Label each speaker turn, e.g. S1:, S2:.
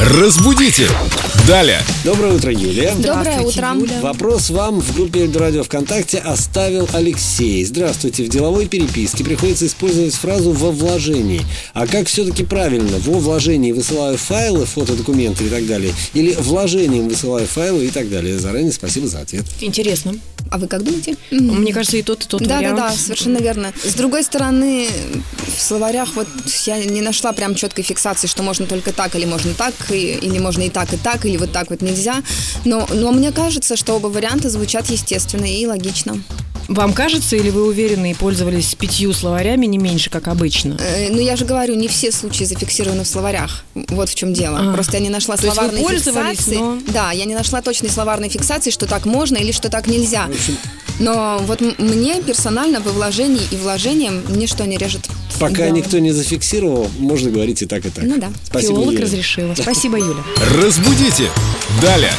S1: Разбудите! Далее!
S2: Доброе утро, Юлия.
S3: Доброе утро.
S2: Вопрос вам в группе Радио ВКонтакте оставил Алексей. Здравствуйте. В деловой переписке приходится использовать фразу «во вложении». А как все-таки правильно? «Во вложении высылаю файлы, фотодокументы и так далее» или «вложением высылаю файлы» и так далее? Заранее спасибо за ответ.
S4: Интересно.
S3: А вы как думаете?
S4: Мне кажется, и тот, и тот
S3: Да, да,
S4: вариант.
S3: да, совершенно верно. С другой стороны, в словарях вот я не нашла прям четкой фиксации, что можно только так или можно так, и- или можно и так, и так, или вот так вот нельзя. Но, но мне кажется, что оба варианта звучат естественно и логично.
S4: Вам кажется, или вы уверены и пользовались пятью словарями не меньше, как обычно?
S3: Э, Но я же говорю, не все случаи зафиксированы в словарях. Вот в чем дело.
S4: А.
S3: Просто я не нашла
S4: То есть вы
S3: словарной
S4: пользовались,
S3: фиксации.
S4: но-
S3: Да, я не нашла точной словарной фиксации, что так можно или что так нельзя. Но вот м- мне персонально во вложении и вложением ничто не режет.
S2: Пока
S3: Да.
S2: никто не зафиксировал, можно говорить и так, и так.
S3: Ну да.
S2: Спасибо,
S4: Филолог
S2: Юлия.
S4: разрешила. Спасибо, Юля.
S1: Разбудите! Далее!